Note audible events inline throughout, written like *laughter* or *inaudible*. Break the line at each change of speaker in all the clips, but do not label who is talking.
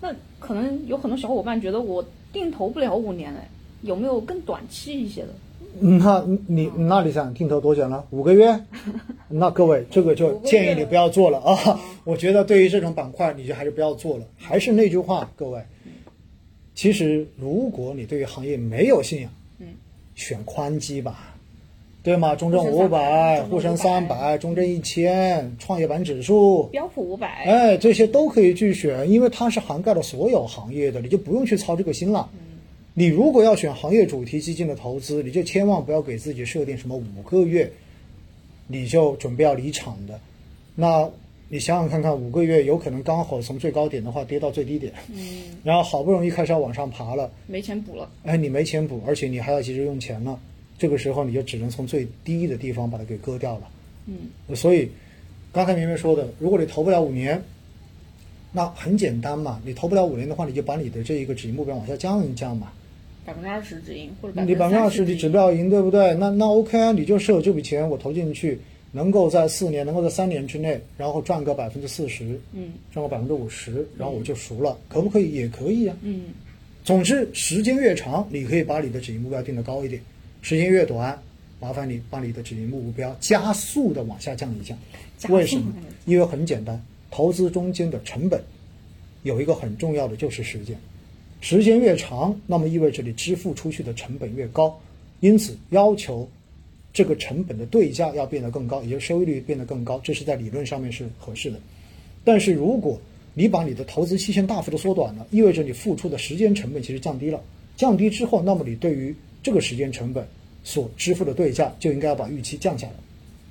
那可能有很多小伙伴觉得我定投不了五年哎，有没有更短期一些的？
嗯那你那你想定投多久呢？五个 *laughs* 月？那各位，这个就建议你不要做了啊！我觉得对于这种板块，你就还是不要做了。还是那句话，各位，其实如果你对于行业没有信仰，
嗯，
选宽基吧，对吗？中证
沪深
五百、
300
沪
沪
深
深
三百、中证一千、创业板指数，
标普五百，
哎，这些都可以去选，因为它是涵盖了所有行业的，你就不用去操这个心了。
嗯
你如果要选行业主题基金的投资，你就千万不要给自己设定什么五个月你就准备要离场的。那你想想看看，五个月有可能刚好从最高点的话跌到最低点， *laughs*
嗯，
然后好不容易开始要往上爬了，
没钱补了，
哎，你没钱补，而且你还要急着用钱了，这个时候你就只能从最低的地方把它给割掉了。
嗯
所以，刚才明明说的，如果你投不了五年，那很简单嘛，你投不了五年的话，你就把你的这一个止盈目标往下降一降嘛。
百分之二十止盈或者
你百分之二十你指
止
不了盈，对不对？那那 OK 啊，你就设这笔钱我投进去，能够在四年，能够在三年之内，然后赚个百分之四十，
嗯
赚个百分之五十，然后我就赎了，可不可以？也可以啊。
嗯
总之，时间越长，你可以把你的止盈目标定得高一点；时间越短，麻烦你把你的止盈目标加速的往下降一降。
加速
为什么
哎？
因为很简单，投资中间的成本有一个很重要的就是时间，时间越长，那么意味着你支付出去的成本越高，因此要求这个成本的对价要变得更高，也就是收益率变得更高，这是在理论上面是合适的。但是如果你把你的投资期限大幅的缩短了，意味着你付出的时间成本其实降低了。降低之后，那么你对于这个时间成本所支付的对价就应该要把预期降下来，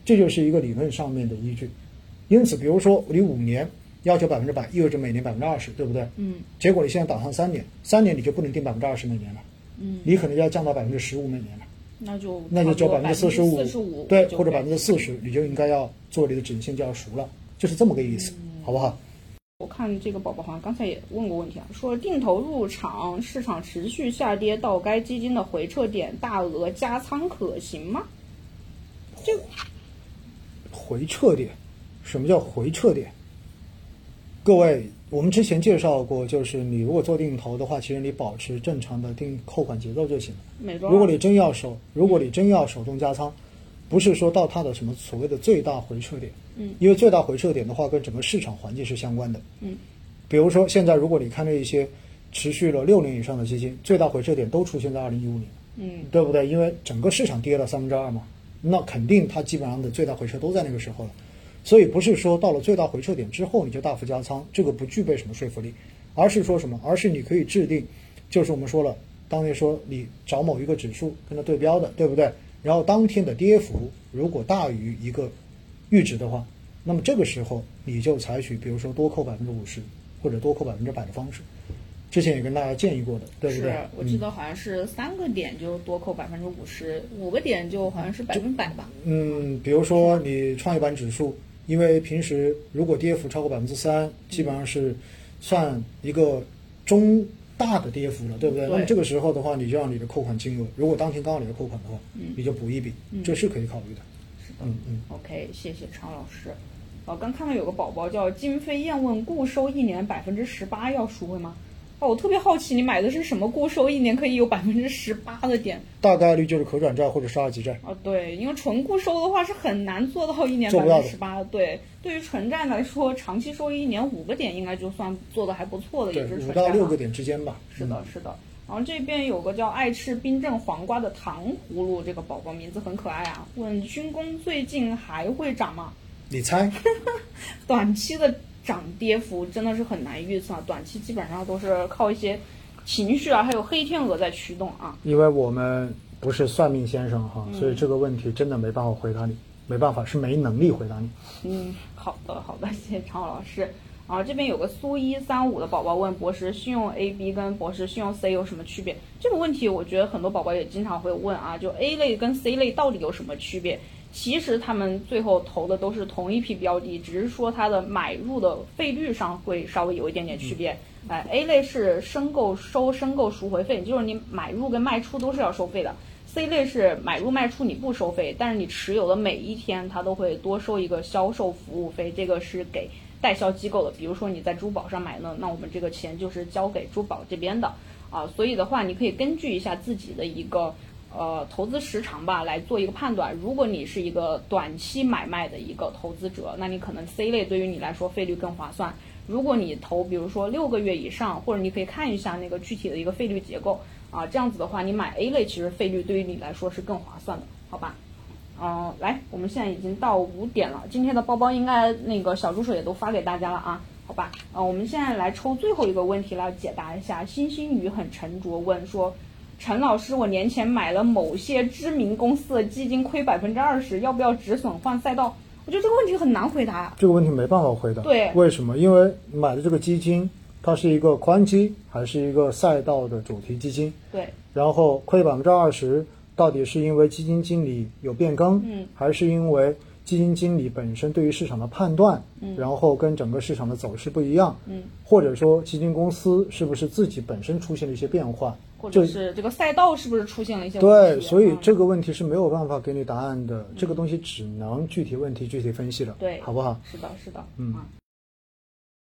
这就是一个理论上面的依据。因此，比如说你五年要求百分之百，意味着每年百分之二十，对不对？
嗯。
结果你现在打算三年，三年你就不能定百分之二十每年了，
嗯，
你可能要降到百分之十五每年了。
那就
那就只有嗯百分之四十五，
五
对，或者百分之四十，你就应该要做你的颈线就要熟了，就是这么个意思，好不好？
我看这个宝宝好像刚才也问过问题啊，说定投入场，市场持续下跌到该基金的回撤点，大额加仓可行吗？这个
回撤点，什么叫回撤点？各位，我们之前介绍过，就是你如果做定投的话，其实你保持正常的定扣款节奏就行了。
每周二
如果你真要手，如果你真要手动加仓，不是说到它的什么所谓的最大回撤点，
嗯，
因为最大回撤点的话，跟整个市场环境是相关的，
嗯，
比如说现在如果你看这一些持续了六年以上的基金，最大回撤点都出现在二零一五年，
嗯
对不对？因为整个市场跌了三分之二嘛，那肯定它基本上的最大回撤都在那个时候了。所以不是说到了最大回撤点之后你就大幅加仓，这个不具备什么说服力，而是说什么？而是你可以制定，就是我们说了，当年说你找某一个指数跟它对标的，对不对？然后当天的跌幅如果大于一个阈值的话，那么这个时候你就采取比如说多扣百分之五十或者多扣百分之百的方式，之前也跟大家建议过的，对不对？
是我
嗯
记得好像是三个点就多扣百分之五十，五个点就好像是百分百吧。
嗯，比如说你创业板指数，因为平时如果跌幅超过百分之三，基本上是算一个中大的跌幅了，对不对？
嗯对
那么这个时候的话，你就让你的扣款金额，如果当天刚好你的扣款的话，
嗯
你就补一笔，这是可以考虑的。嗯嗯，
OK，谢谢常老师。哦，刚看到有个宝宝叫金飞燕问固收一年百分之十八要赎回吗？哦，我特别好奇你买的是什么固收一年可以有百分之十八的点？
大概率就是可转债或者是二级债。
哦，对，因为纯固收的话是很难做到一年
做
百
不到
分
的
之十八。对，对于纯债来说，长期收益一年五个点应该就算做的还不错的
对
一只，
五
纯债
到
了
六个点之间吧。嗯
是的，是的。然后这边有个叫爱吃冰镇黄瓜的糖葫芦，这个宝宝名字很可爱啊。问军工最近还会涨吗？
你猜？
短期的涨跌幅真的是很难预测，啊短期基本上都是靠一些情绪啊，还有黑天鹅在驱动啊。
*laughs* 因为我们不是算命先生哈，
嗯
所以这个问题真的没办法回答你，没办法，是没能力回答你。
嗯， *laughs* 好的，好的，谢谢常浩老师。啊，这边有个苏一三五的宝宝问博士信用 A B 跟博士信用 C 有什么区别？这个问题我觉得很多宝宝也经常会问啊，就 A 类跟 C 类到底有什么区别？其实他们最后投的都是同一批标的，只是说它的买入的费率上会稍微有一点点区别。哎、a 类是申购收申购赎回费，就是你买入跟卖出都是要收费的。C 类是买入卖出你不收费，但是你持有的每一天它都会多收一个销售服务费，这个是给代销机构的，比如说你在珠宝上买呢，那我们这个钱就是交给珠宝这边的啊。所以的话，你可以根据一下自己的一个呃投资时长吧，来做一个判断。如果你是一个短期买卖的一个投资者，那你可能 C 类对于你来说费率更划算。如果你投，比如说六个月以上，或者你可以看一下那个具体的一个费率结构啊，这样子的话，你买 A 类其实费率对于你来说是更划算的，好吧？嗯，来，我们现在已经到五点了，今天的包包应该那个小助手也都发给大家了啊，好吧？呃，我们现在来抽最后一个问题来解答一下。星星雨很沉着问说，陈老师，我年前买了某些知名公司的基金，亏百分之二十，要不要止损换赛道？我觉得这个问题很难回答啊。
这个问题没办法回答。
对
为什么？因为买的这个基金，它是一个宽基还是一个赛道的主题基金？
对，
然后亏百分之二十，到底是因为基金经理有变更，
嗯，
还是因为基金经理本身对于市场的判断，嗯，然后跟整个市场的走势不一样，
嗯，
或者说基金公司是不是自己本身出现了一些变化？
或者
这
是这个赛道是不是出现了一些问
对，
题？
所以
嗯
这个问题是没有办法给你答案的，这个东西只能具体问题具体分析了，
对
好不好？
是的，是的，
嗯
啊